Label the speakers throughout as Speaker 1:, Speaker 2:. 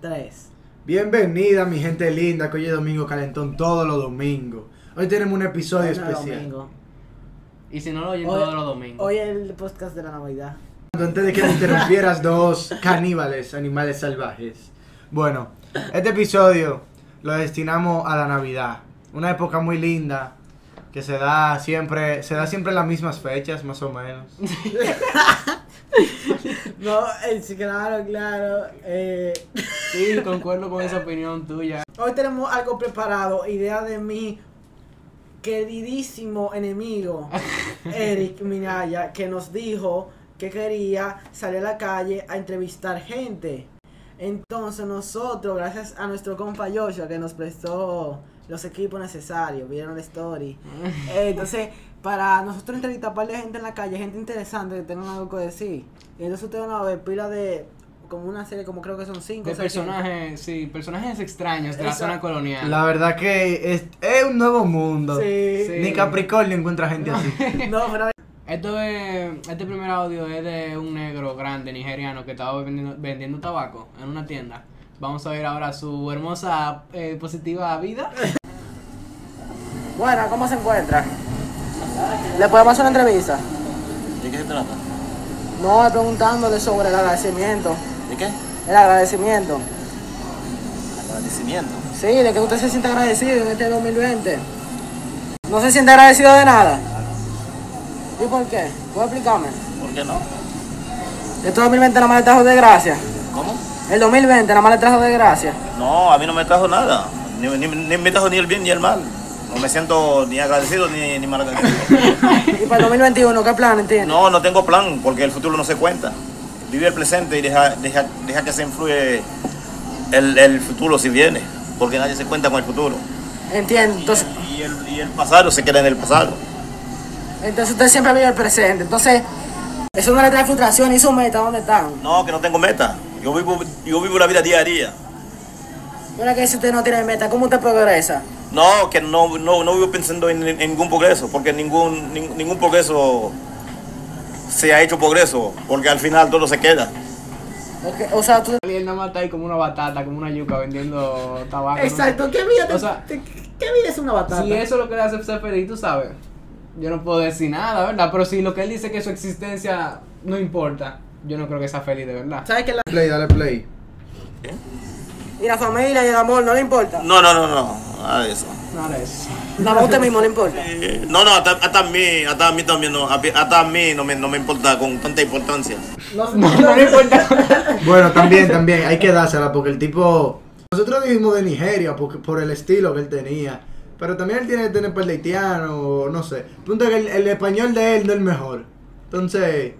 Speaker 1: Tres.
Speaker 2: Bienvenida, mi gente linda, que hoy es domingo calentón todos los domingos. Hoy tenemos un episodio
Speaker 1: Hoy no es
Speaker 2: especial.
Speaker 1: domingo.
Speaker 3: Y si no lo oyen
Speaker 1: Hoy-
Speaker 3: todos los domingos.
Speaker 1: Hoy es el podcast de la Navidad.
Speaker 2: Antes de que me interrumpieras, dos caníbales, animales salvajes. Bueno, este episodio lo destinamos a la Navidad. Una época muy linda que se da siempre, se da siempre en las mismas fechas, más o menos.
Speaker 1: No, eh, sí, claro, claro. eh,
Speaker 3: Sí, concuerdo con esa opinión tuya.
Speaker 1: hoy tenemos algo preparado, idea de mi queridísimo enemigo, Eric Minaya, que nos dijo que quería salir a la calle a entrevistar gente. Entonces nosotros, gracias a nuestro compa Joshua que nos prestó los equipos necesarios, vieron la story. Eh, Entonces, para nosotros entrevistar a par de gente en la calle, gente interesante que tengan algo que decir. Y entonces ustedes van a ver pila de, como una serie, como creo que son cinco.
Speaker 3: De
Speaker 1: o seis gente.
Speaker 3: personajes, sí, personajes extraños de la
Speaker 1: Esa-
Speaker 3: zona colonial.
Speaker 2: La verdad que es, es un nuevo mundo.
Speaker 1: Sí.
Speaker 3: Sí.
Speaker 2: Ni Capricornio encuentra gente así.
Speaker 1: No, pero
Speaker 3: Esto es, este primer audio es de un negro grande nigeriano que estaba vendiendo, vendiendo tabaco en una tienda. Vamos a ver ahora su hermosa eh, positiva vida.
Speaker 1: Bueno, ¿cómo se encuentra? ¿Le podemos hacer una entrevista?
Speaker 4: ¿De qué se trata?
Speaker 1: No, preguntándole sobre el agradecimiento.
Speaker 4: ¿De qué?
Speaker 1: El agradecimiento.
Speaker 4: Agradecimiento.
Speaker 1: Sí, de que usted se siente agradecido en este 2020. No se siente agradecido de nada. ¿Y por qué?
Speaker 5: Pues
Speaker 1: ¿Puedo explicarme?
Speaker 4: ¿Por qué no?
Speaker 1: Este 2020 nada más le trajo desgracia.
Speaker 4: ¿Cómo?
Speaker 1: El 2020 nada más le trajo desgracia.
Speaker 4: No, a mí no me trajo nada. Ni, ni- ni me trajo ni el bien ni el mal. No me siento ni agradecido ni, ni mal agradecido.
Speaker 1: ¿Y para el 2021 qué plan tiene?
Speaker 4: No, no tengo plan porque el futuro no se cuenta. Vive el presente y deja, deja, deja que se influye el, el futuro si viene. Porque nadie se cuenta con el futuro.
Speaker 1: Entiendo.
Speaker 4: Y
Speaker 1: Entonces,
Speaker 4: el, y el- y el pasado se queda en el pasado.
Speaker 1: entonces usted siempre vive el presente. Entonces, eso no le trae frustración y su meta, ¿dónde están?
Speaker 4: No, que no tengo meta. Yo vivo, yo vivo la vida día a día.
Speaker 1: Mira que si usted no tiene meta, ¿cómo usted progresa?
Speaker 4: No, que no, no, no vivo pensando en, en ningún progreso, porque ningún, nin- ningún progreso se ha hecho progreso, porque al final todo se queda.
Speaker 1: Ok, O sea, tú...
Speaker 3: Y él nada más está ahí como una batata, como una yuca vendiendo tabaco. ¿no?
Speaker 1: ¿qué vida,
Speaker 3: te- O sea, te-
Speaker 1: es una batalla?
Speaker 3: Si eso es lo que le hace ser feliz, tú sabes. Yo no puedo decir nada, ¿verdad? Pero si lo que él dice que su existencia no importa, yo no creo que sea feliz de verdad.
Speaker 1: ¿Sabes que la...
Speaker 2: Play, dale play.
Speaker 1: Y la familia y el amor no le importa.
Speaker 4: No, no, no, no, nada de eso.
Speaker 3: Nada es.
Speaker 1: Nada más a usted mismo le importa.
Speaker 4: Eh, No, no, hasta, hasta a mí, hasta a mí también no, a mí- hasta a mí no me, no me importa con tanta importancia.
Speaker 1: No,
Speaker 3: No, no le importa.
Speaker 2: Bueno, también, también, hay que dársela porque el tipo. Nosotros dijimos de Nigeria porque, por el estilo que él tenía. Pero también él tiene que tener para haitiano, o no sé. Punto que el, el español de él no es el mejor. Entonces,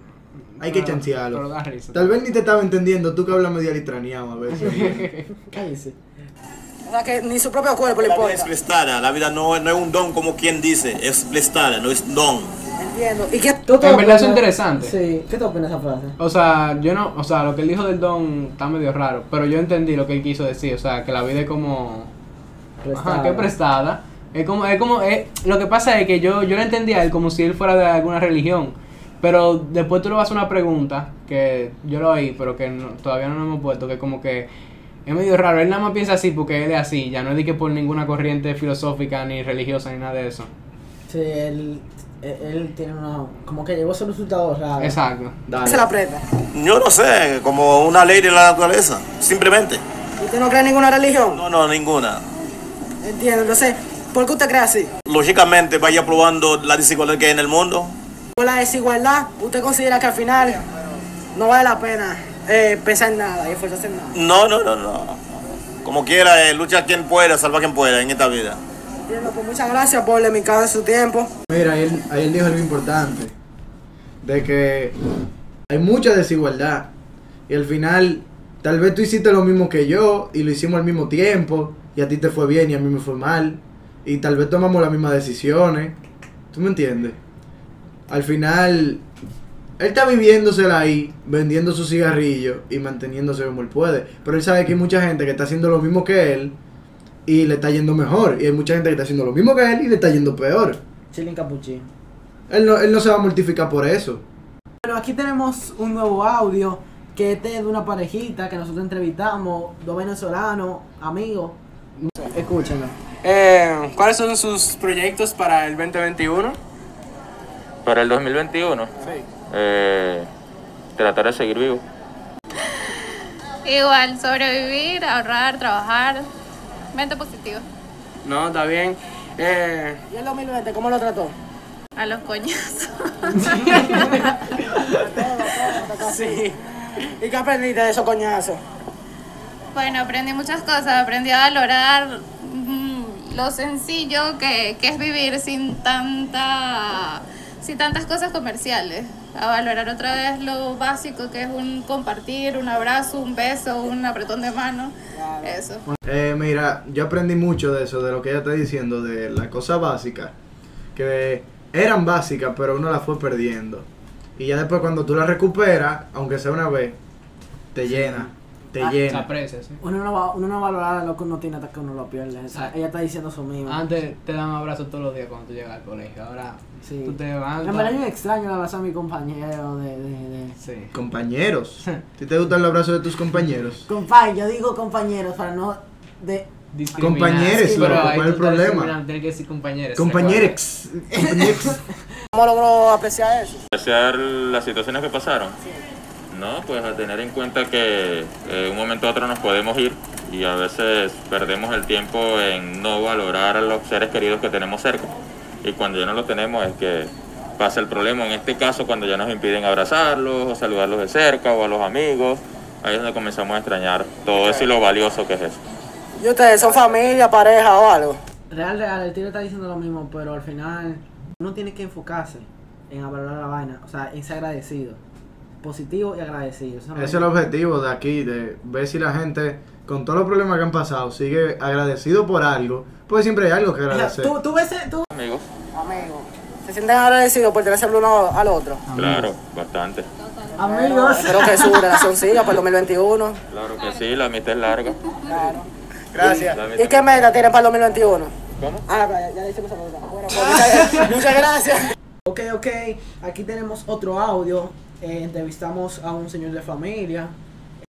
Speaker 2: hay que
Speaker 3: No, Pero
Speaker 2: chancearlo.
Speaker 3: da risa.
Speaker 2: Tal vez ni te estaba entendiendo tú que hablas medio litraniano a veces.
Speaker 1: Cállese. O sea, que ni su propio cuerpo le
Speaker 4: La vida es
Speaker 1: importa.
Speaker 4: prestada, la vida no, es- no es un don como quien dice, es prestada, no es don.
Speaker 1: Entiendo. ¿Y qué
Speaker 3: te En verdad es opinas? interesante.
Speaker 1: Sí. ¿Qué te opinas de esa frase?
Speaker 3: O sea, yo no, o sea, lo que él dijo del don está medio raro, pero yo entendí lo que él quiso decir, o sea, que la vida es como Ajá, qué prestada. Es como, es como, es- lo que pasa es que yo, yo lo entendía a él como si él fuera de alguna religión. Pero después tú le vas a hacer una pregunta, que yo lo oí, pero que no- todavía no nos hemos puesto, que como que es medio raro. Él nada más piensa así porque él es así, ya no es de que por ninguna corriente filosófica ni religiosa ni nada de eso.
Speaker 1: Sí, él, él- él tiene una. Como que llegó a ser resultado raro.
Speaker 3: Exacto.
Speaker 1: Se la prenda.
Speaker 4: Yo no sé, como una ley de la naturaleza, simplemente.
Speaker 1: ¿Usted no cree en ninguna religión?
Speaker 4: No, no, ninguna.
Speaker 1: Entiendo. Entonces, ¿por qué usted cree así?
Speaker 4: Lógicamente vaya probando la desigualdad que hay en el mundo,
Speaker 1: Por la desigualdad, ¿usted considera que al final no vale la pena eh, pensar en nada y esforzarse en nada?
Speaker 4: No, no, no, no. Como quiera, eh, lucha quien pueda, salva quien pueda en esta vida.
Speaker 1: Entiendo, pues muchas gracias por dedicarme su tiempo.
Speaker 2: Mira, ahí él, ahí él dijo algo importante. De que hay mucha desigualdad. Y al final, tal vez tú hiciste lo mismo que yo y lo hicimos al mismo tiempo. Y a ti te fue bien y a mí me fue mal. Y tal vez tomamos las mismas decisiones. ¿Tú me entiendes? Al final, él está viviéndosela ahí, vendiendo su cigarrillo y manteniéndose como él puede. Pero él sabe que hay mucha gente que está haciendo lo mismo que él y le está yendo mejor. Y hay mucha gente que está haciendo lo mismo que él y le está yendo peor.
Speaker 1: Chilin Capuchín.
Speaker 2: Él no, él no se va a mortificar por eso.
Speaker 1: Bueno, aquí tenemos un nuevo audio que este es de una parejita que nosotros entrevistamos, dos venezolanos, amigos.
Speaker 3: Escúchenlo. Eh, ¿Cuáles son sus proyectos para el 2021?
Speaker 6: Para el 2021,
Speaker 3: Sí.
Speaker 6: eh, tratar de seguir vivo.
Speaker 7: Igual, sobrevivir, ahorrar, trabajar. Mente positiva.
Speaker 3: No, está bien. Eh,
Speaker 1: ¿Y el 2020 cómo lo trató?
Speaker 7: A los coñazos.
Speaker 1: Sí. ¿Y qué aprendiste de esos coñazos?
Speaker 7: bueno, aprendí muchas cosas. Aprendí a valorar mm, lo sencillo que, que es vivir sin tanta sin tantas cosas comerciales. A valorar otra vez lo básico que es un compartir, un abrazo, un beso, un apretón de mano. Eso.
Speaker 2: Eh, mira, yo aprendí mucho de eso, de lo que ella está diciendo, de las cosas básicas, que eran básicas, pero uno las fue perdiendo. Y ya después cuando tú las recuperas, aunque sea una vez, te llena, te
Speaker 1: Ah,
Speaker 3: se
Speaker 2: llena.
Speaker 3: aprecia, sí.
Speaker 1: Uno no, va, uno no valora lo que uno tiene hasta que uno lo pierde. O sea,
Speaker 3: Ah.
Speaker 1: ella está diciendo eso mismo.
Speaker 3: Antes te dan abrazos todos los días cuando tú llegas al colegio. Ahora
Speaker 1: Sí.
Speaker 3: tú te
Speaker 1: En
Speaker 3: vas.
Speaker 1: verdad yo extraño el abrazo a mi compañero de... de, de-
Speaker 3: Sí.
Speaker 2: Compañeros. ¿Sí ¿Te gustan los abrazos de tus compañeros?
Speaker 1: Compa, yo digo compañeros para no... De...
Speaker 3: Discriminar.
Speaker 2: Compañeres,
Speaker 3: Sí, pero
Speaker 2: loco,
Speaker 3: ahí
Speaker 2: ¿cuál es
Speaker 3: tú
Speaker 2: el
Speaker 3: estás
Speaker 2: problema?
Speaker 3: discriminando, Tienes que decir compañeros.
Speaker 2: Compañerex. Compañerex.
Speaker 1: ¿Cómo logró apreciar eso?
Speaker 6: Apreciar las situaciones que pasaron. No, pues a tener en cuenta que eh, un momento a otro nos podemos ir y a veces perdemos el tiempo en no valorar a los seres queridos que tenemos cerca. Y cuando ya no los tenemos es que pasa el problema. En este caso, cuando ya nos impiden abrazarlos o saludarlos de cerca o a los amigos, ahí es donde comenzamos a extrañar todo eso y lo valioso que es eso.
Speaker 5: ¿Y ustedes son familia, pareja o algo?
Speaker 1: Real, real, el tío está diciendo lo mismo, pero al final uno tiene que enfocarse en valorar la vaina, o sea, en ser agradecido. Positivo y agradecido.
Speaker 2: Ese es el objetivo de aquí, de ver si la gente, con todos los problemas que han pasado, sigue agradecido por algo. Pues siempre hay algo que
Speaker 1: O sea,
Speaker 2: agradecer.
Speaker 1: tú, tú ves, tú,
Speaker 6: Amigos,
Speaker 5: Amigo. ¿Se sienten agradecidos por tenerse el uno al otro?
Speaker 6: claro, bastante.
Speaker 5: Pero
Speaker 1: amigos.
Speaker 5: espero que su relación siga para el 2021.
Speaker 6: Claro que sí, la mitad es larga.
Speaker 5: Claro.
Speaker 6: Gracias.
Speaker 5: ¿Y qué meta tienen para el 2021?
Speaker 6: ¿Cómo?
Speaker 5: Ah, pero ya, ya le hicimos esa pregunta. Bueno, pues,
Speaker 3: Ah.
Speaker 5: muchas, muchas gracias.
Speaker 1: Ok, ok, aquí tenemos otro audio. eh, entrevistamos a un señor de familia.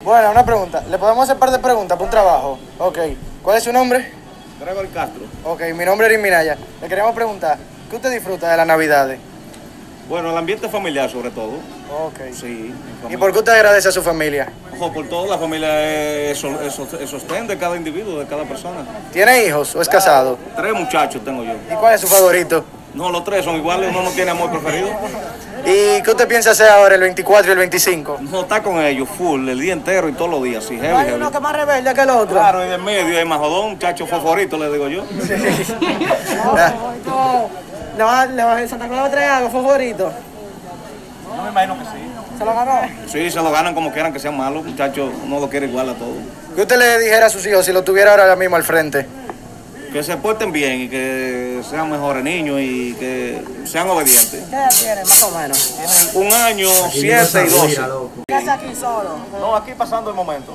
Speaker 5: Bueno, una pregunta. ¿Le podemos hacer par de preguntas para un trabajo? Ok. ¿Cuál es su nombre?
Speaker 4: Gregor Castro.
Speaker 5: Ok, mi nombre es Erin Minaya. Le queremos preguntar, ¿qué usted disfruta de las Navidades?
Speaker 4: Bueno, el ambiente familiar sobre todo.
Speaker 5: Ok.
Speaker 4: Sí. en
Speaker 5: ¿Y
Speaker 4: familia.
Speaker 5: por qué usted agradece a su familia?
Speaker 4: Ojo, por todo, la familia es el sol- el sostén de cada individuo, de cada persona.
Speaker 5: ¿Tiene hijos o es casado?
Speaker 4: Tres muchachos tengo yo.
Speaker 5: ¿Y cuál es su favorito?
Speaker 4: No, los tres son iguales, uno no tiene amor preferido.
Speaker 5: ¿Y qué usted piensa hacer ahora el 24 y el 25?
Speaker 4: No está con ellos, full, el día entero y todos los días, sí, heavy, heavy.
Speaker 5: más rebelde que el otro.
Speaker 4: Claro, y en medio, el majodón, muchacho fosforito, le digo yo.
Speaker 5: ¿Le va, le va, ¿Santa Claus va a traer algo favorito?
Speaker 4: No me imagino que sí.
Speaker 5: ¿Se lo ganó?
Speaker 4: Sí, se lo ganan como quieran que sean malos, muchachos, no lo quiere igual a todos.
Speaker 5: ¿Qué usted le dijera a sus hijos si lo tuviera ahora mismo al frente?
Speaker 4: Que se porten bien y que sean mejores niños y que sean obedientes.
Speaker 5: ¿Qué edad tiene, más o menos?
Speaker 4: Un año,
Speaker 2: Aquí no
Speaker 4: siete y
Speaker 2: se
Speaker 4: doce.
Speaker 2: mira, loco.
Speaker 5: ¿Qué hace aquí solo?
Speaker 4: No, aquí pasando el momento.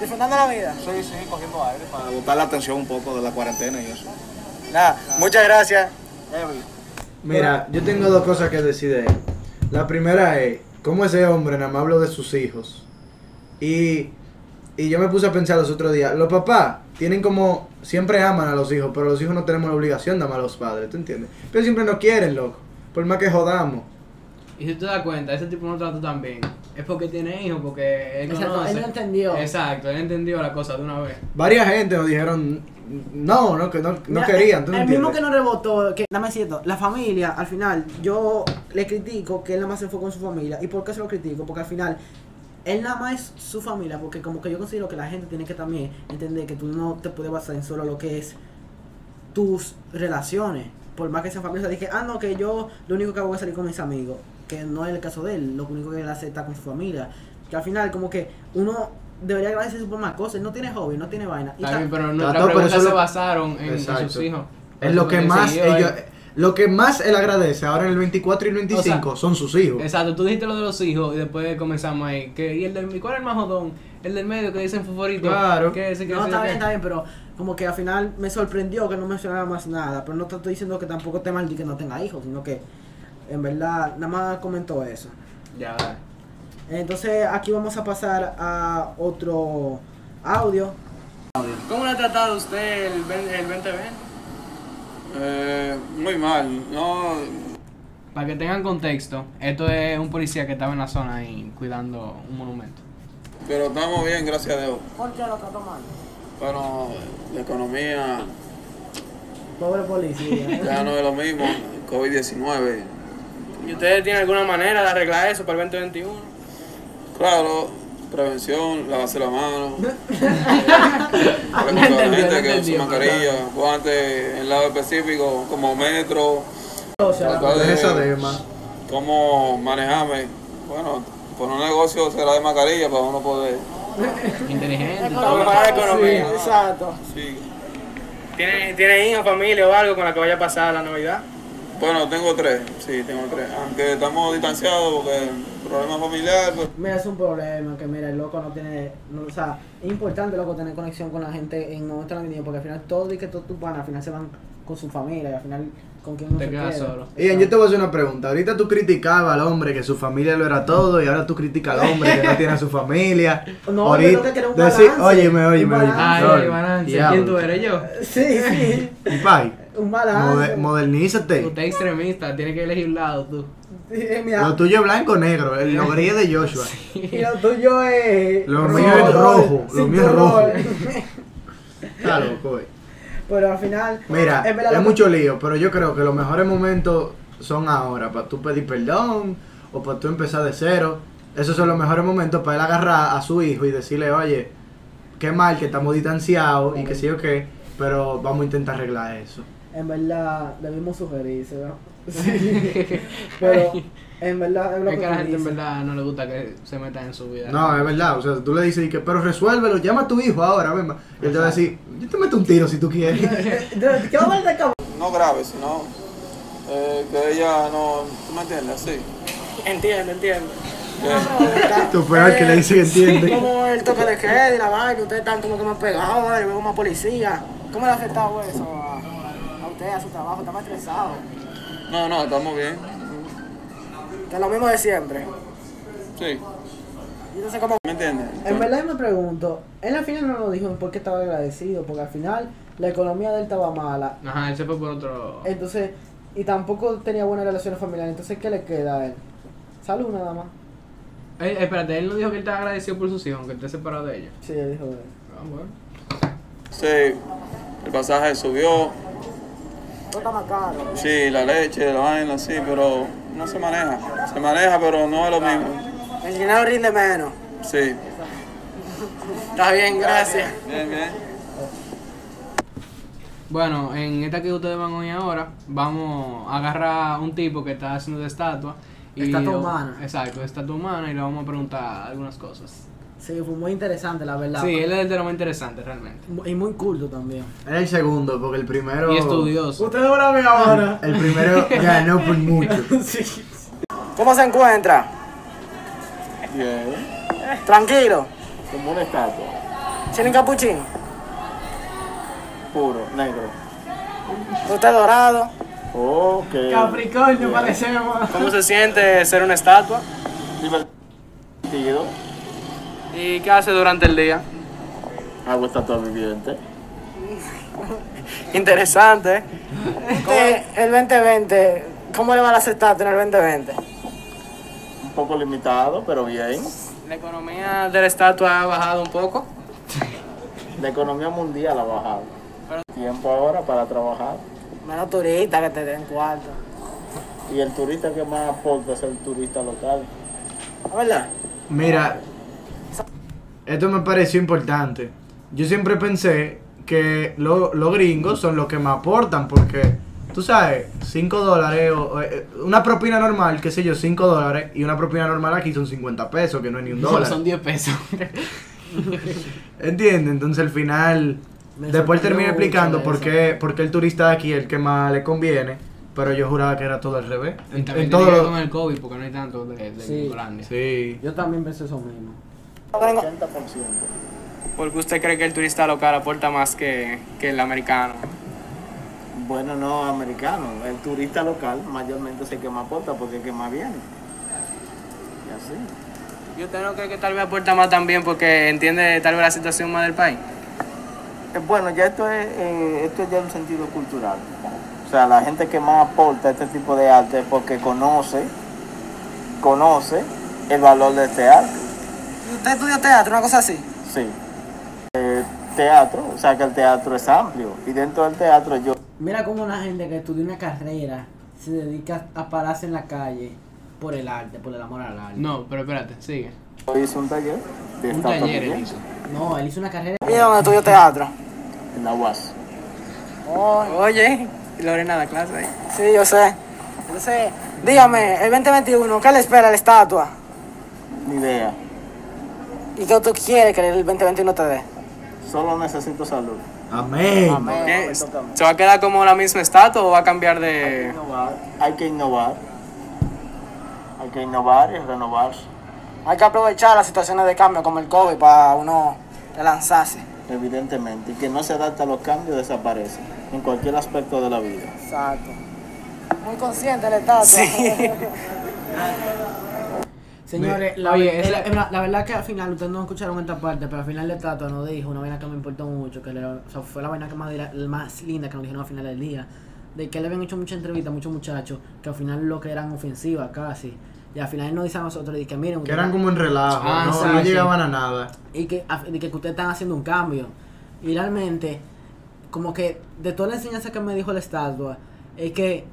Speaker 5: ¿Disfrutando la vida?
Speaker 4: Sí, sí, cogiendo aire para botar la atención un poco de la cuarentena y eso.
Speaker 5: Nada, muchas gracias.
Speaker 2: Mira, yo tengo dos cosas que decir de él. La primera es, ¿cómo ese hombre nada más habló de sus hijos? Y, y yo me puse a pensar los otros días, los papás tienen como, siempre aman a los hijos, pero los hijos no tenemos la obligación de amar a los padres, ¿tú entiendes? Pero siempre nos quieren, loco, por más que jodamos.
Speaker 3: Y si tú te das cuenta, ese tipo no trata tan bien. Es porque tiene hijos, porque él
Speaker 1: Exacto,
Speaker 3: conoce.
Speaker 1: él no entendió.
Speaker 3: Exacto, él entendió la cosa de una vez.
Speaker 2: Varias gente nos dijeron, no, no, que no, no
Speaker 1: Mira,
Speaker 2: querían, ¿tú
Speaker 1: el,
Speaker 2: no
Speaker 1: el mismo
Speaker 2: entiendes?
Speaker 1: que no rebotó, que nada más es cierto, la familia, al final, yo le critico que él nada más se enfocó en su familia. ¿Y por qué se lo critico? Porque al final, él nada más es su familia, porque como que yo considero que la gente tiene que también entender que tú no te puedes basar en solo lo que es tus relaciones. Por más que sea familia, o sea, dije, ah, no, que yo lo único que hago es salir con mis amigos. Que no es el caso de él, lo único que él hace está con su familia. Que al final, como que uno debería agradecerse por más cosas. Él no tiene hobby, no tiene vaina. Y
Speaker 3: Está
Speaker 1: ta-
Speaker 3: bien, pero
Speaker 2: Trató,
Speaker 3: nuestras
Speaker 2: pero
Speaker 3: preguntas
Speaker 2: eso
Speaker 3: se
Speaker 2: lo-
Speaker 3: basaron en, en
Speaker 2: Exacto.
Speaker 3: sus hijos.
Speaker 2: Es lo que más
Speaker 3: Siguió
Speaker 2: ellos,
Speaker 3: él.
Speaker 2: lo que más él agradece ahora en el 24 y el 25 son sus hijos.
Speaker 3: Exacto, tú dijiste lo de los hijos y después comenzamos ahí. Que, ¿Y el del, cuál es el más jodón? El del medio que dicen favorito.
Speaker 2: Claro.
Speaker 3: Que ese, que
Speaker 1: No,
Speaker 3: ese,
Speaker 1: está
Speaker 3: que-
Speaker 1: bien, está bien, pero como que al final me sorprendió que no mencionara más nada. Pero no te estoy diciendo que tampoco te maldi que no tenga hijos, sino que en verdad nada más comentó eso.
Speaker 3: Ya, dale.
Speaker 1: Entonces aquí vamos a pasar a otro audio.
Speaker 8: ¿Cómo le ha tratado usted el, ven- el 2020?
Speaker 9: Eh, muy mal, no.
Speaker 3: Para que tengan contexto, esto es un policía que estaba en la zona ahí cuidando un monumento.
Speaker 9: Pero estamos bien, gracias a Dios.
Speaker 1: ¿Por qué lo trató mal?
Speaker 9: Bueno, la economía
Speaker 1: Pobre policía. ¿eh?
Speaker 9: ya no es lo mismo. COVID-19.
Speaker 8: ¿Y ustedes tienen alguna manera de arreglar eso para el 2021?
Speaker 9: Claro, prevención, lavarse la mano.
Speaker 3: No
Speaker 9: Recordar a la
Speaker 3: entendió, no
Speaker 9: gente que use
Speaker 3: entendió,
Speaker 9: mascarilla, guantes en lado específico, como metro,
Speaker 1: o sea,
Speaker 9: tratar
Speaker 2: De
Speaker 9: de
Speaker 2: esa dema.
Speaker 9: cómo manejarme. Bueno, por un negocio será de mascarilla para uno poder.
Speaker 3: Inteligente.
Speaker 8: Para mejorar la economía.
Speaker 1: exacto.
Speaker 9: Sí.
Speaker 8: ¿Tiene, ¿Tiene hijos, familia o algo con la que vaya a pasar la Navidad?
Speaker 9: Bueno, tengo tres, sí, tengo tres. Aunque estamos distanciados porque problema familiar, pues,
Speaker 1: Mira, es un problema que mira, el loco no tiene, no, o sea, es importante loco tener conexión con la gente en momentos de la vida, porque al final todo y que todos tus panas al final se van con su familia y al final con quien no
Speaker 3: Te
Speaker 1: se
Speaker 3: quedas
Speaker 1: queda.
Speaker 3: solo.
Speaker 2: Ian, yo te voy a hacer una pregunta. Ahorita tú criticabas al hombre que su familia lo era todo y ahora tú criticas al hombre que no tiene a su familia.
Speaker 1: No, yo creo que era un
Speaker 2: decí-
Speaker 1: balance.
Speaker 2: óyeme,
Speaker 1: Un
Speaker 2: óyeme, óyeme.
Speaker 1: balance.
Speaker 3: Ay,
Speaker 2: Sorry.
Speaker 3: ay, balance.
Speaker 2: Diablo.
Speaker 3: ¿Quién tú eres yo?
Speaker 1: Sí, sí.
Speaker 2: Mi pai,
Speaker 1: Un
Speaker 2: mode-
Speaker 1: balance.
Speaker 2: modernízate.
Speaker 3: Tú estás extremista, tienes que elegir un lado tú.
Speaker 1: Sí, mira,
Speaker 2: Lo tuyo es blanco o negro, el lo gris es de Joshua.
Speaker 1: y lo tuyo es.
Speaker 2: Lo mío es rojo, lo mío es rojo.
Speaker 1: cinturón.
Speaker 2: Está loco, eh. güey.
Speaker 1: Pero al final.
Speaker 2: Mira,
Speaker 1: es verdad
Speaker 2: es
Speaker 1: lo que-
Speaker 2: mucho lío, pero yo creo que los mejores momentos son ahora, para tú pedir perdón o para tú empezar de cero. Esos son los mejores momentos para él agarrar a su hijo y decirle, oye, qué mal que estamos distanciados y que sí o qué, pero vamos a intentar arreglar eso.
Speaker 1: En verdad, debimos sugerirse, ¿no? Sí. Pero, en verdad, es lo
Speaker 3: Es que a la gente en
Speaker 1: dices.
Speaker 3: verdad no le gusta que se metan en su vida.
Speaker 2: No, es verdad, o sea, tú le dices, y que, pero resuélvelo, llama a tu hijo ahora, ven ma". Y él te va a decir, yo te meto un tiro si tú quieres.
Speaker 1: Entonces, ¿Qué va a hablar de cabrón?
Speaker 9: no grave, sino eh, que ella no, ¿tú me entiendes? Sí.
Speaker 8: Entiendo, entiendo.
Speaker 2: tú peor que le dice que entiende.
Speaker 5: Como el toque eh, de queda y la vaina, ustedes están como que más pegados, ahora, y veo más policía. ¿Cómo le ha afectado eso a, a usted, a su trabajo? ¿Está más estresado?
Speaker 9: No, no, estamos bien.
Speaker 5: Que es lo mismo de siempre.
Speaker 9: Sí,
Speaker 5: Y entonces, como
Speaker 9: ¿me entiendes?
Speaker 1: En verdad, yo me pregunto, él al final no lo dijo por qué estaba agradecido, porque al final la economía de él estaba mala.
Speaker 3: Ajá, él se fue por otro.
Speaker 1: Entonces, y tampoco tenía buenas relaciones familiares. Entonces, ¿qué le queda a él? Salud nada más.
Speaker 3: Eh, espérate, él no dijo que él estaba agradecido por sus hijos, aunque esté separado de ellos.
Speaker 1: Sí, él dijo eso.
Speaker 3: Ah, bueno.
Speaker 9: Sí, el pasaje subió,
Speaker 5: todo está más caro.
Speaker 9: sí, la leche, la vaina, sí, pero no se maneja. Se maneja, pero no es lo mismo.
Speaker 5: El dinero rinde menos.
Speaker 9: Sí.
Speaker 8: Está bien, gracias.
Speaker 9: Bien, bien.
Speaker 3: Bueno, en esta que ustedes van hoy ahora, vamos a agarrar un tipo que está haciendo de estatua.
Speaker 1: Estatua
Speaker 3: lo-
Speaker 1: humana.
Speaker 3: Exacto, estatua humana y le vamos a preguntar algunas cosas.
Speaker 1: Sí, fue muy interesante, la verdad.
Speaker 3: Sí, él es de lo más interesante realmente.
Speaker 1: Y muy culto también.
Speaker 2: Era el segundo, porque el primero...
Speaker 3: Y estudioso.
Speaker 1: Ustedes van a ver ahora.
Speaker 2: El primero ganó por mucho.
Speaker 5: ¿Cómo se encuentra?
Speaker 9: Bien.
Speaker 5: Tranquilo.
Speaker 9: Como una estatua,
Speaker 5: ¿Tiene un capuchín?
Speaker 9: puro, negro.
Speaker 5: ¿Usted dorado?
Speaker 9: Ok.
Speaker 1: Capricornio, parecemos.
Speaker 8: ¿Cómo se siente ser una estatua?
Speaker 9: Divertido.
Speaker 8: ¿Y qué hace durante el día?
Speaker 9: Hago estatua viviente.
Speaker 8: Interesante.
Speaker 5: ¿eh? Usted, Este, el 2020, ¿cómo le va a aceptar en el 2020?
Speaker 9: Un poco limitado, pero bien.
Speaker 8: La economía de la estatua ha bajado un poco.
Speaker 9: La economía mundial ha bajado. Tiempo ahora para trabajar.
Speaker 5: Menos turista que te den cuarto.
Speaker 9: Y el turista que más aporta es el turista local.
Speaker 5: ¿Verdad?
Speaker 2: Mira, esto me pareció importante. Yo siempre pensé que lo- los gringos son los que me aportan porque, tú sabes, 5 dólares, o- o, eh, una propina normal, qué sé yo, 5 dólares, y una propina normal aquí son 50 pesos, que no es ni un dólar.
Speaker 3: Son 10 pesos.
Speaker 2: ¿Entiendes? Entonces al final,
Speaker 1: Me
Speaker 2: después termino
Speaker 1: sorprendió
Speaker 2: explicando
Speaker 1: mucho
Speaker 2: por
Speaker 1: eso.
Speaker 2: qué, por qué el turista de aquí es el que más le conviene, pero yo juraba que era todo al revés.
Speaker 3: y
Speaker 2: En,
Speaker 3: también
Speaker 2: en
Speaker 3: tiene
Speaker 2: todo
Speaker 3: que ver
Speaker 2: lo-
Speaker 3: con el COVID, porque no hay tanto de, de
Speaker 1: Sí.
Speaker 3: Holanda.
Speaker 2: Sí.
Speaker 1: Yo también pensé eso mismo.
Speaker 8: Porque usted cree que el turista local aporta más que, que el americano.
Speaker 9: Bueno, no americano. El turista local mayormente es el que más aporta porque es el que más viene. Y así.
Speaker 8: ¿Y usted no cree que tal vez aporta más también porque entiende tal vez la situación más del país?
Speaker 10: Eh, Bueno, ya esto es, eh, esto es ya un sentido cultural. O sea, la gente que más aporta este tipo de arte es porque conoce, conoce el valor de este arte.
Speaker 5: ¿Y usted estudió teatro, una cosa así?
Speaker 10: Sí. Eh, teatro, o sea que el teatro es amplio. Y dentro del teatro yo
Speaker 1: Mira cómo una gente que estudia una carrera se dedica a pararse en la calle por el arte, por el amor al arte.
Speaker 3: No, pero espérate, sigue.
Speaker 10: hice un taller de
Speaker 3: Un
Speaker 10: estatua
Speaker 3: taller él
Speaker 10: también,
Speaker 3: hizo.
Speaker 1: No, él hizo una carrera.
Speaker 5: Mira donde estudió teatro.
Speaker 10: en la UAS.
Speaker 8: Oye, Lorena la clase ahí.
Speaker 5: Sí, yo sé. Entonces, dígame, el 2021, ¿qué le espera a la estatua?
Speaker 10: Ni idea.
Speaker 5: ¿Y qué tú quieres que el 2021 te dé?
Speaker 10: Solo necesito salud.
Speaker 2: Amén.
Speaker 8: ¿Qué? ¿Se va a quedar como la misma estatua o va a cambiar de...?
Speaker 10: Innovar, hay que innovar. Hay que innovar y renovarse.
Speaker 5: Hay que aprovechar las situaciones de cambio como el COVID para uno relanzarse.
Speaker 10: Evidentemente, y que no se adapta a los cambios desaparece en cualquier aspecto de la vida.
Speaker 5: Exacto. Muy consciente la estatua.
Speaker 1: Señores, la,
Speaker 3: Oye,
Speaker 1: ver-
Speaker 3: esa-
Speaker 1: eh, la- la verdad que al final, ustedes no escucharon esta parte, pero al final de Tato nos dijo una vaina que me importó mucho, que le- o sea, fue la vaina que más, dira- más linda que nos dijeron al final del día, de que le habían hecho muchas entrevistas a muchos muchachos, que al final lo que eran ofensivas casi, y al final él nos dice a nosotros, de que miren,
Speaker 2: Que
Speaker 1: ustedes-
Speaker 2: eran como en relajo,
Speaker 3: Ah,
Speaker 2: no,
Speaker 3: sí,
Speaker 2: no
Speaker 3: sí.
Speaker 2: llegaban a nada.
Speaker 1: y que, af- de que ustedes están haciendo un cambio. Y realmente, como que de toda la enseñanza que me dijo la estatua, es que,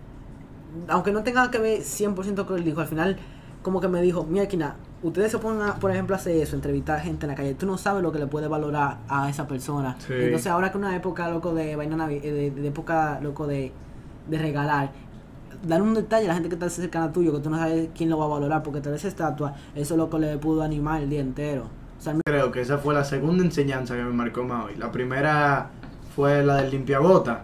Speaker 1: aunque no tenga que ver 100% con lo que él dijo, al final, como que me dijo, mira, Kina, ustedes se ponen, a, por ejemplo, a hacer eso, entrevistar gente en la calle, tú no sabes lo que le puede valorar a esa persona.
Speaker 2: Sí.
Speaker 1: Entonces, ahora que una época, loco, de vaina navi- eh, de, de época, loco, de, de regalar, dar un detalle a la gente que está cercana tuyo, que tú no sabes quién lo va a valorar, porque tal vez esa estatua, eso loco le pudo animar el día entero. O sea,
Speaker 2: Creo que esa fue la segunda enseñanza que me marcó más hoy. La primera fue la del limpiabota.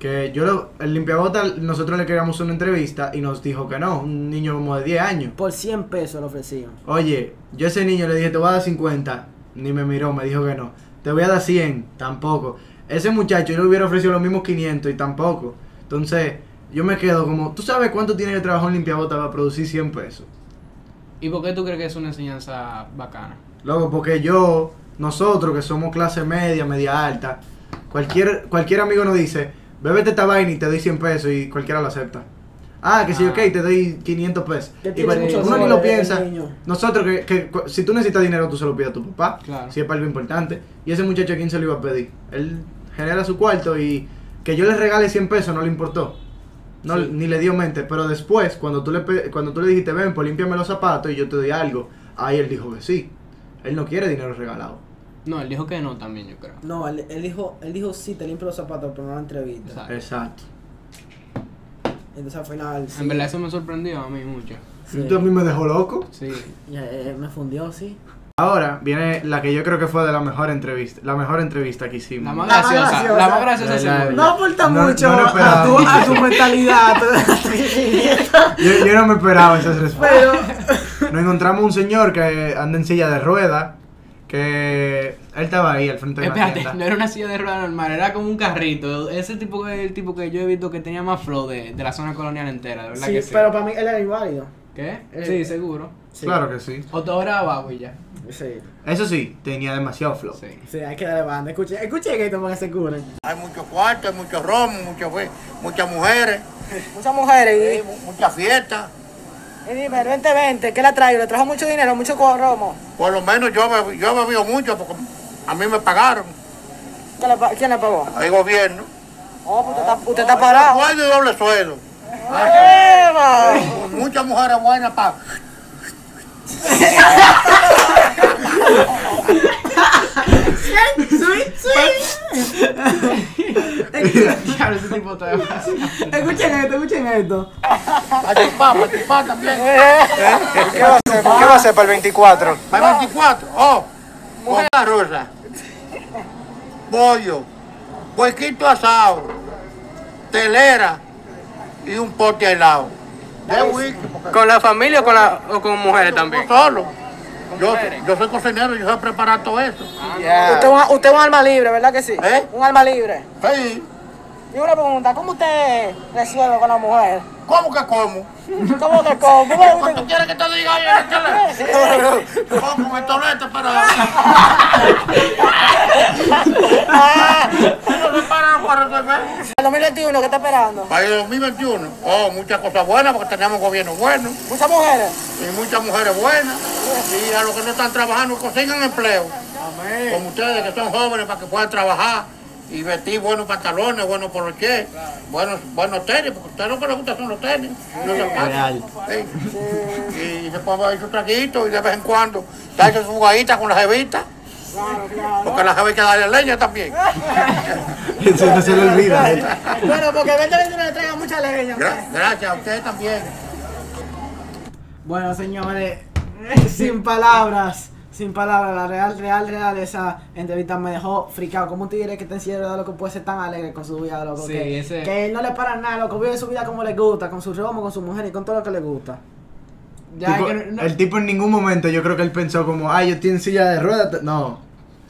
Speaker 2: Que yo, lo- el limpiabota, nosotros le queríamos una entrevista y nos dijo que no, un niño como de 10 años.
Speaker 1: Por 100 pesos lo ofrecieron.
Speaker 2: Oye, yo a ese niño le dije, te voy a dar 50. Ni me miró, me dijo que no. Te voy a dar 100, tampoco. Ese muchacho yo le hubiera ofrecido los mismos 500 y tampoco. Entonces, yo me quedo como, ¿tú sabes cuánto tiene que trabajar un limpiabota para producir 100 pesos?
Speaker 3: ¿Y por qué tú crees que es una enseñanza bacana?
Speaker 2: Luego, porque yo, nosotros que somos clase media, media alta, cualquier, cualquier amigo nos dice, bébete esta vaina y te doy 100 pesos y cualquiera lo acepta. Ah, que sí,
Speaker 3: Ah.
Speaker 2: ok, te doy 500 pesos.
Speaker 1: Que
Speaker 2: Y
Speaker 1: tiene
Speaker 2: cual-
Speaker 1: mucho
Speaker 2: uno ni
Speaker 1: sol,
Speaker 2: lo
Speaker 1: el
Speaker 2: piensa.
Speaker 1: niño.
Speaker 2: Nosotros, que, que cu- si tú necesitas dinero, tú se lo pides a tu papá,
Speaker 3: Claro.
Speaker 2: si es para algo importante. Y ese muchacho, ¿a quién se lo iba a pedir? Él genera su cuarto y que yo le regale 100 pesos no le importó. No,
Speaker 3: Sí.
Speaker 2: Ni le dio mente, pero después, cuando tú, le, pe- cuando tú le dijiste, ven, pues límpiame los zapatos y yo te doy algo, ahí él dijo que sí. Él no quiere dinero regalado.
Speaker 3: No, él dijo que no también, yo creo.
Speaker 1: No, él, él dijo, él dijo sí, te limpio los zapatos, pero no la entrevista.
Speaker 3: Exacto.
Speaker 2: Exacto.
Speaker 1: Entonces al final sí.
Speaker 3: En verdad eso me sorprendió a mí mucho.
Speaker 1: sí.
Speaker 2: Esto a mí me dejó loco.
Speaker 3: Sí.
Speaker 1: Ya, eh, me fundió, sí.
Speaker 2: Ahora viene la que yo creo que fue de la mejor entrevista, la mejor entrevista que hicimos.
Speaker 3: La más
Speaker 1: La más
Speaker 3: graciosa.
Speaker 1: graciosa.
Speaker 3: La más graciosa
Speaker 2: La-
Speaker 3: seguro.
Speaker 2: No aporta No- mucho no lo esperaba. a tu- a tu
Speaker 1: mentalidad.
Speaker 2: Yo, yo no me esperaba esas respuestas.
Speaker 1: pero
Speaker 2: Nos encontramos un señor que anda en silla de rueda, que él estaba ahí al frente de la
Speaker 3: Espérate,
Speaker 2: tienda.
Speaker 3: no era una silla de ruedas normal, era como un carrito. Ese tipo es el tipo que yo he visto que tenía más flow de, de la zona colonial entera, de verdad
Speaker 1: sí,
Speaker 3: que sí.
Speaker 1: pero para mí él era inválido.
Speaker 3: ¿Qué?
Speaker 1: Eh,
Speaker 3: sí, seguro.
Speaker 1: Sí.
Speaker 2: Claro que sí.
Speaker 3: O ahora abajo y ya.
Speaker 1: Sí.
Speaker 2: Eso sí, tenía demasiado flow.
Speaker 3: Sí.
Speaker 1: Sí, hay que darle banda. Escuche, escuche que toman ese cura.
Speaker 10: Hay muchos cuartos, hay muchos romos, muchas, muchas mujeres,
Speaker 5: Muchas mujeres.
Speaker 10: muchas fiestas.
Speaker 5: Y, y dime, el 2020, ¿qué le ha traído? ¿Le trajo mucho dinero, mucho romo?
Speaker 10: Por lo menos yo he yo bebido mucho porque a mí me pagaron.
Speaker 5: ¿Qué le pa- ¿Quién le pagó?
Speaker 10: Hay gobierno.
Speaker 5: Oh, pues usted
Speaker 3: Ah.
Speaker 5: está, usted está parado.
Speaker 10: Sueldo y doble sueldo.
Speaker 3: Ah.
Speaker 5: ¡Eva!
Speaker 10: Muchas mujeres buenas para.
Speaker 3: Diablo, ese tipo está
Speaker 1: Escuchen esto, escuchen esto.
Speaker 10: A chupar, para chupar también.
Speaker 5: ¿Qué va a hacer? ¿Qué va a hacer para el 24?
Speaker 10: Para 24. Oh, una rusa. Pollo. Huequito asado. Telera. Y un pote de helado. De whisky. porque
Speaker 8: ¿Con la familia o con, la- o con mujeres
Speaker 10: yo
Speaker 8: también?
Speaker 10: solo. Yo, yo soy cocinero, yo sé preparar todo eso.
Speaker 5: Usted es un- usted es un alma libre, ¿verdad que sí?
Speaker 10: ¿Eh?
Speaker 5: Un alma libre.
Speaker 10: Sí.
Speaker 5: Y una pregunta, ¿cómo usted resuelve con la mujer?
Speaker 11: ¿Cómo que como?
Speaker 5: ¿Cómo que como? ¿Cómo que
Speaker 11: ¿Cuánto quieres que te diga bien el
Speaker 5: Sí.
Speaker 11: teléfono? Como el tolete, pero... ¿No se paran para resolver?
Speaker 5: El 2021, ¿qué está esperando?
Speaker 11: Para el 2021, oh, muchas cosas buenas porque tenemos gobierno bueno
Speaker 5: Muchas mujeres.
Speaker 11: y muchas mujeres buenas. Y a los que no están trabajando, consigan empleo. Como ustedes que son jóvenes para que puedan trabajar y vestir buenos pantalones, buenos poloches, buenos, buenos tenis, porque a ustedes lo que les gusta son los tenis, los zapatos. Sí. Y se pueden beber su traguito y de vez en cuando darse su gallita con la jevita,
Speaker 5: Claro, claro.
Speaker 11: porque la jevita darle leña también.
Speaker 2: Eso no se le olvida. ¿eh?
Speaker 5: Bueno, porque el 2021 le traiga mucha leña.
Speaker 11: Gra- Gracias a ustedes también.
Speaker 1: Bueno, señores, sin palabras, sin palabras, la real, real, real, esa entrevista me dejó fricado. ¿Cómo te diré que te encierro, loco, puede ser tan alegre con su vida, loco?
Speaker 3: Sí,
Speaker 1: que,
Speaker 3: ese-
Speaker 1: que él no le para nada, loco, vive su vida como le gusta, con su romo, con su mujer y con todo lo que le gusta. Ya,
Speaker 2: Tipo,
Speaker 1: que no- no-
Speaker 2: El tipo en ningún momento yo creo que él pensó como, ay, yo estoy en silla de ruedas. No,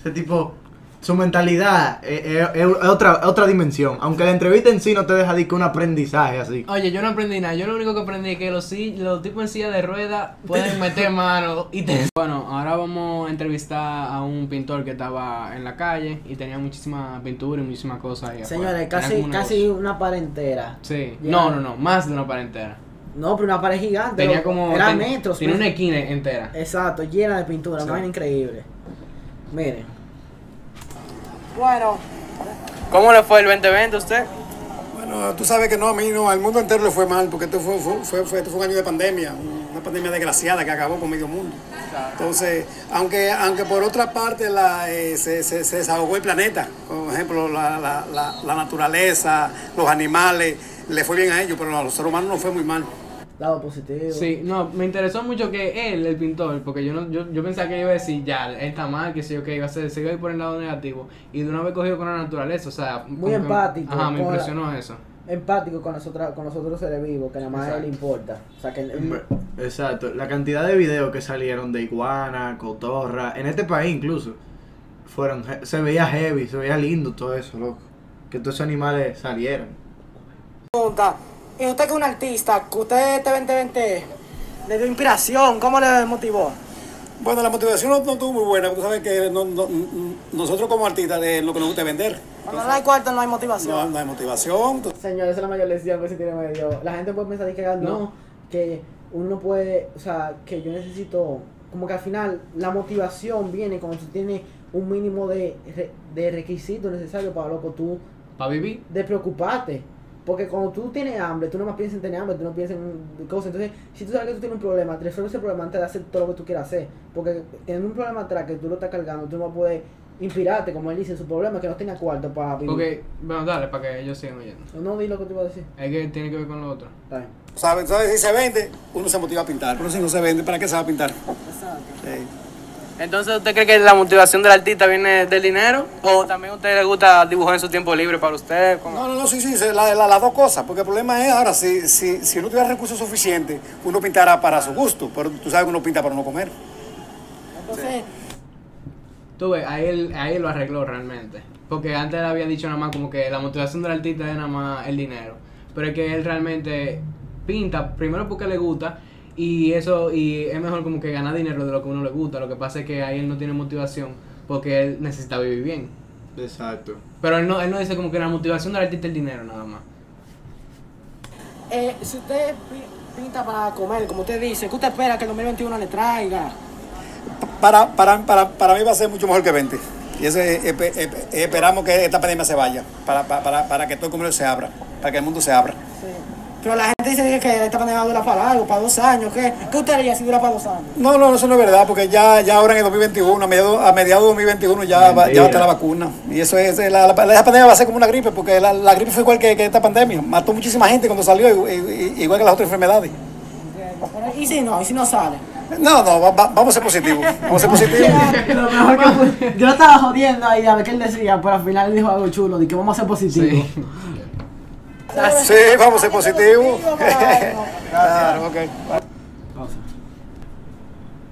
Speaker 2: ese tipo, su mentalidad es, es- es otra, es otra dimensión. Aunque la entrevista en sí no te deja de que un aprendizaje así.
Speaker 3: Oye, yo no aprendí nada. Yo lo único que aprendí es que los, si- los tipos en silla de ruedas pueden meter mano y te... Bueno, ahora vamos a entrevistar a un pintor que estaba en la calle y tenía muchísima pintura y muchísimas cosas ahí afuera.
Speaker 1: Señores,
Speaker 3: Era
Speaker 1: casi,
Speaker 3: como un
Speaker 1: casi
Speaker 3: negocio.
Speaker 1: una pared entera.
Speaker 3: Sí.
Speaker 1: Ya.
Speaker 3: No, no, no. Más de una pared entera.
Speaker 1: No, pero una pared gigante.
Speaker 3: Tenía
Speaker 1: loco.
Speaker 3: como...
Speaker 1: Era
Speaker 3: ten-
Speaker 1: metros.
Speaker 3: Tenía una
Speaker 1: pues.
Speaker 3: esquina entera.
Speaker 1: Exacto, llena de pintura, una vaina increíble. Miren.
Speaker 5: Bueno,
Speaker 8: ¿Cómo le fue el 2020 a usted?
Speaker 12: Bueno, tú sabes que no, a mí no, al mundo entero le fue mal, porque esto fue, fue, fue- fue- esto fue un año de pandemia, una pandemia desgraciada que acabó con medio mundo. Entonces, aunque, aunque por otra parte la, eh, se, se- se desahogó el planeta, por ejemplo, la, la- la- la naturaleza, los animales, le fue bien a ellos, pero a los seres humanos no fue muy mal.
Speaker 1: Lado positivo.
Speaker 3: Sí, no, me interesó mucho que él, el pintor, porque yo no, yo, yo pensaba que iba a decir, ya, él está mal, que sé yo, que iba a ser, se iba a ir por el lado negativo. Y de una vez cogido con la naturaleza, o sea, como que-
Speaker 1: empático,
Speaker 3: Ajá, me
Speaker 1: con la-
Speaker 3: impresionó eso.
Speaker 1: Empático con nosotros, con nosotros seres vivos, que nada más a él le importa. O sea, que él-
Speaker 2: Exacto, la cantidad de videos que salieron de iguana, cotorra, en este país incluso, fueron, he- se veía heavy, se veía lindo todo eso, loco. Que todos esos animales salieran.
Speaker 5: pregunta. Y usted que es un artista, que usted este 2020 le dio inspiración, ¿cómo le motivó?
Speaker 12: Bueno, la motivación no, no estuvo muy buena, porque tú sabes que no- no- nosotros como artistas eh, lo que nos gusta es vender.
Speaker 5: Cuando no hay cuarto no hay motivación.
Speaker 12: No, no hay motivación,
Speaker 1: Señores, esa es la mayor lección que se tiene medio. La gente puede pensar que ah, no,
Speaker 12: No.
Speaker 1: que uno puede, o sea, que yo necesito, como que al final la motivación viene cuando tú tienes un mínimo de, re- de requisito necesario para loco tú
Speaker 3: Para vivir.
Speaker 1: de preocuparte. Porque cuando tú tienes hambre, tú no más piensas en tener hambre, tú no piensas en cosas. Entonces, si tú sabes que tú tienes un problema, te resuelves ese problema antes de hacer todo lo que tú quieras hacer. Porque en un problema atrás que tú lo estás cargando, tú no puedes inspirarte, como él dice, su problema es que no tiene cuarto para vivir.
Speaker 3: Porque, bueno, dale, para que ellos sigan oyendo.
Speaker 1: No di lo que te iba a decir.
Speaker 3: Es que tiene que ver con lo otro.
Speaker 12: ¿Sabes? ¿Sabes? Si se vende, uno se motiva a pintar. Pero si no se vende, ¿para qué se va a pintar? Sí.
Speaker 8: Entonces, ¿usted cree que la motivación del artista viene del dinero? ¿O también a usted le gusta dibujar en su tiempo libre para usted? ¿Cómo?
Speaker 12: No, no, no, sí, sí, se- la- la- las dos cosas. Porque el problema es ahora, si, si, si uno tuviera recursos suficientes, uno pintara para su gusto. Pero tú sabes que uno pinta para no comer.
Speaker 5: Entonces,
Speaker 3: Tú ves, ahí él, ahí él lo arregló realmente. Porque antes le había dicho nada más como que la motivación del artista es nada más el dinero. Pero es que él realmente pinta, primero porque le gusta, y eso, y es mejor como que ganar dinero de lo que uno le gusta. Lo que pasa es que ahí él no tiene motivación porque él necesita vivir bien.
Speaker 2: Exacto.
Speaker 3: Pero él no, él no dice como que la motivación del artista es el dinero nada más.
Speaker 5: eh, si usted pi- pinta para comer, como usted dice, ¿qué usted espera que el 2021 le traiga?
Speaker 12: Para, para, para, para mí va a ser mucho mejor que 20. Y eso es- espe- espe- eh, esperamos que esta pandemia se vaya. Para, para, para, para que todo el comercio se abra. Para que el mundo se abra.
Speaker 5: Pero la gente dice que esta pandemia dura para algo, para dos años, ¿qué? ¿Qué usted haría si dura para dos años?
Speaker 12: No, no, eso no es verdad, porque ya, ya ahora en el 2021, a mediados, a mediados de 2021 ya va, ya va a estar la vacuna. Y eso es, eh, la, la, la pandemia va a ser como una gripe, porque la, la gripe fue igual que, que esta pandemia. Mató muchísima gente cuando salió, i- i- igual que las otras enfermedades.
Speaker 5: Pero, ¿Y si no? ¿Y si no sale?
Speaker 12: No, no, va- va- vamos a ser positivos. Vamos a ser positivos.
Speaker 1: Lo mejor que fue- Yo lo estaba jodiendo ahí a ver qué él decía, pero al final dijo algo chulo, de que vamos a ser positivos.
Speaker 12: Sí, vamos a ser positivos. Claro, ok.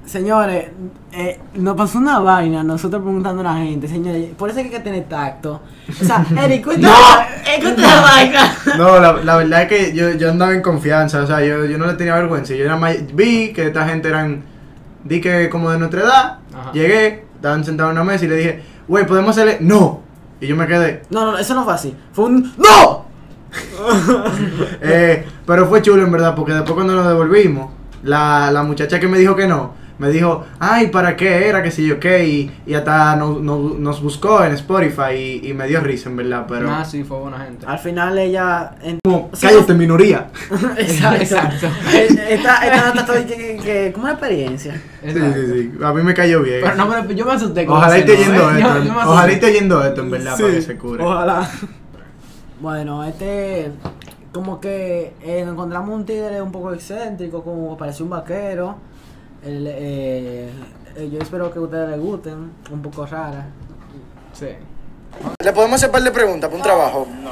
Speaker 1: Señores, eh, nos pasó una vaina nosotros preguntando a la gente, señores, por eso es que hay que tener tacto. O sea, Eric, cuéntame, eh, cuéntame la vaina.
Speaker 2: No, la, la verdad es que yo, yo andaba en confianza, o sea, yo, yo no le tenía vergüenza. Yo era may- vi que esta gente eran, di que como de nuestra edad, llegué, estaban sentados en una mesa y le dije, güey, ¿podemos hacerle? No. Y yo me quedé.
Speaker 1: No, no, eso no fue así. Fue un ¡No!
Speaker 2: Eh, pero fue chulo en verdad, porque después cuando nos devolvimos, la, la muchacha que me dijo que no, me dijo, ay, ¿para qué era? Que si yo qué, y, y hasta no- no- nos buscó en Spotify y, y me dio risa en verdad, pero...
Speaker 3: Ah, sí, fue buena gente.
Speaker 1: Al final ella... en-
Speaker 2: Como,
Speaker 1: Sí,
Speaker 2: cállate, minoría.
Speaker 1: Exacto.
Speaker 3: Exacto.
Speaker 1: Eh, Esta, esta nota estoy que, que- como una experiencia.
Speaker 2: Sí, sí, sí. A mí me cayó bien.
Speaker 3: Pero no, pero yo me asusté con
Speaker 2: Ojalá
Speaker 3: ese,
Speaker 2: esté
Speaker 3: ¿no?
Speaker 2: yendo
Speaker 3: Yo-
Speaker 2: esto.
Speaker 3: yo me asusté.
Speaker 2: Ojalá esté yendo esto en verdad
Speaker 1: Sí,
Speaker 2: para que se cure.
Speaker 1: Ojalá. Bueno, este. Como que eh, nos encontramos un tigre un poco excéntrico, como parecía un vaquero. El, eh, eh, yo espero que a ustedes les gusten, un poco rara.
Speaker 3: Sí.
Speaker 5: ¿Le podemos hacer un par de preguntas para un trabajo? No.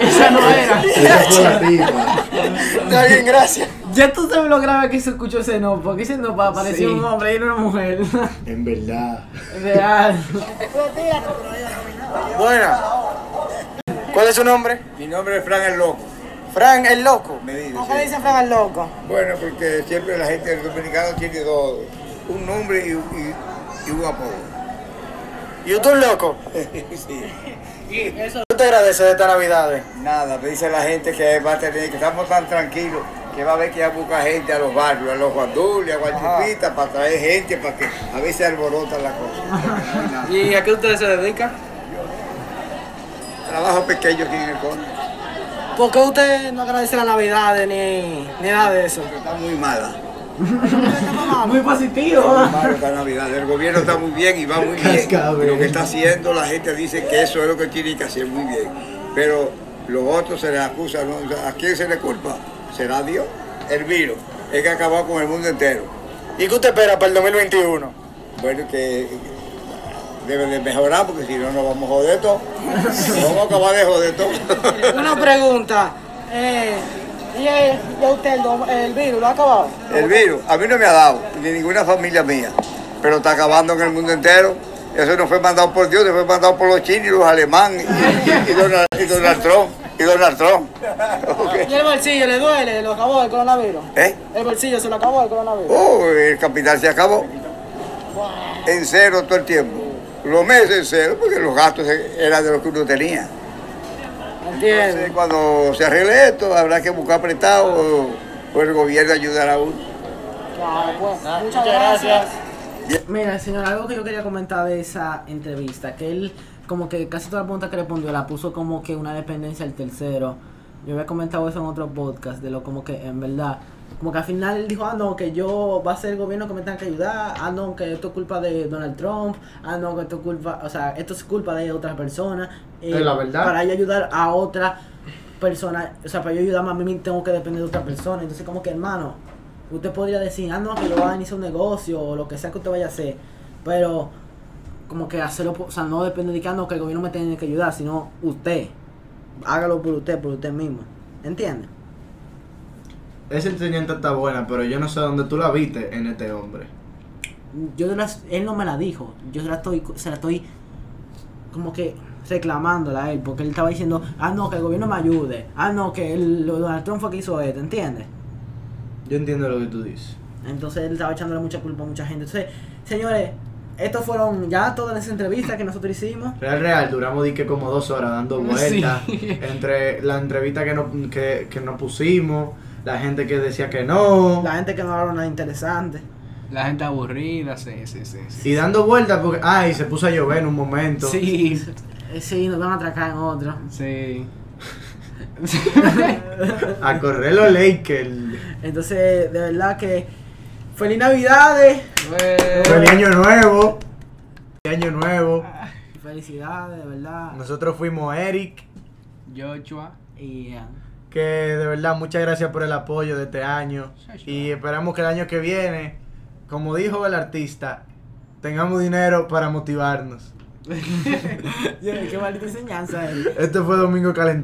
Speaker 1: Esa no era.
Speaker 2: Esa fue la tipa.
Speaker 1: Está bien, gracias. Ya tú sabes lo grave que se escuchó ese no, porque ese no pa-
Speaker 2: Sí.
Speaker 1: parecía un hombre y era una mujer.
Speaker 2: En verdad.
Speaker 1: Real.
Speaker 5: Buena. ¿Cuál es su nombre?
Speaker 13: Mi nombre es Fran el Loco.
Speaker 5: Fran el Loco.
Speaker 13: Medina.
Speaker 5: ¿Por qué le dicen Fran el Loco?
Speaker 13: Bueno, porque siempre la gente del dominicano tiene dos, un nombre y, un- y- y un apodo.
Speaker 5: ¿Y tú un loco?
Speaker 13: sí.
Speaker 5: Yo te agradezco de estas
Speaker 8: ¿eh?
Speaker 5: navidades.
Speaker 13: Nada, me dice la gente que va a tener, que estamos tan tranquilos, que va a haber que ir a buscar gente a los barrios, a los guandules, a Guachupita, para traer gente, para que a veces alborotan la cosa.
Speaker 8: ¿Y a qué ustedes se dedican?
Speaker 13: Trabajo pequeño aquí en el cono.
Speaker 5: ¿Por qué usted no agradece las navidades ni, ni nada de eso?
Speaker 13: Está muy mala.
Speaker 1: Muy positivo.
Speaker 13: Mario, esta Navidad. El gobierno está muy bien y va muy bien. Lo que está haciendo, la gente dice que eso es lo que tiene que hacer muy bien. Pero los otros se les acusa. ¿no? ¿A quién se le culpa? ¿Será Dios? El virus. Es que ha acabado con el mundo entero.
Speaker 5: ¿Y qué usted espera para el 2021?
Speaker 13: Bueno, que eh, debe de mejorar porque si no nos vamos a joder todo. Nos vamos a acabar de joder todo.
Speaker 5: Una pregunta. Eh, ¿Y el, ya usted el, do- el virus lo ha acabado?
Speaker 13: El virus, a mí no me ha dado, ni ninguna familia mía, pero está acabando en el mundo entero. Eso no fue mandado por Dios, eso fue mandado por los chinos y los alemanes y, y Donald, y Donald Trump. Y Donald Trump.
Speaker 5: ¿Y el bolsillo le duele? ¿Lo acabó el coronavirus?
Speaker 13: ¿Eh?
Speaker 5: ¿El bolsillo se lo acabó el coronavirus?
Speaker 13: Oh, el capital se acabó. En cero todo el tiempo. Los meses en cero, porque los gastos eran de los que uno tenía. Entonces, cuando se arregle esto, habrá que buscar prestado o, o el gobierno ayudará a uno.
Speaker 5: Claro, pues. Muchas
Speaker 1: gracias.
Speaker 5: gracias.
Speaker 1: Mira, señor, algo que yo quería comentar de esa entrevista, que él como que casi toda la pregunta que respondió la puso como que una dependencia del tercero. Yo había comentado eso en otro podcast, de lo como que en verdad, como que al final él dijo, ah, no, que yo va a ser el gobierno que me tenga que ayudar, ah, no, que esto es culpa de Donald Trump, ah, no, que esto es culpa, o sea, esto es culpa de otras personas.
Speaker 2: Es la verdad.
Speaker 1: Para yo ayudar a otra persona, o sea, para yo ayudarme a mí tengo que depender de otra persona, entonces como que hermano, usted podría decir, ah, no, que yo voy a iniciar un negocio o lo que sea que usted vaya a hacer, pero como que hacerlo, po- o sea, no depende de que, ah, no, que el gobierno me tiene que ayudar, sino usted, hágalo por usted, por usted mismo, ¿entiende?
Speaker 2: Esa enseñanza está buena, pero yo no sé dónde tú la viste en este hombre.
Speaker 1: Yo de las- él no me la dijo, yo se la estoy, se la estoy como que reclamándola a él, porque él estaba diciendo, ah, no, que el gobierno me ayude, ah, no, que el, lo- Donald Trump fue que hizo esto, ¿entiendes?
Speaker 2: Yo entiendo lo que tú dices.
Speaker 1: Entonces él estaba echándole mucha culpa a mucha gente. Entonces, señores, estos fueron ya todas las entrevistas que nosotros hicimos.
Speaker 2: Real, real, duramos dique como dos horas dando vueltas. Entre la entrevista que nos que, que nos pusimos, la gente que decía que no.
Speaker 1: La gente que no habló nada interesante.
Speaker 3: La gente aburrida, sí, sí, sí. sí.
Speaker 2: Y dando vueltas porque, ay, se puso a llover en un momento.
Speaker 3: Sí.
Speaker 1: Eh, Sí, nos van a atracar en otro.
Speaker 3: Sí.
Speaker 2: A correr los Lakers.
Speaker 1: Entonces, de verdad que. ¡Feliz Navidades!
Speaker 2: Feliz año nuevo. Feliz año nuevo.
Speaker 1: Felicidades, de verdad.
Speaker 2: Nosotros fuimos Eric.
Speaker 3: Joshua.
Speaker 1: Y
Speaker 3: à.
Speaker 1: eh,
Speaker 2: Que de verdad, muchas gracias por el apoyo de este año. Y esperamos que el año que viene, como dijo el artista, tengamos dinero para motivarnos.
Speaker 1: qué maldita enseñanza es.
Speaker 2: Este fue Domingo Calentón.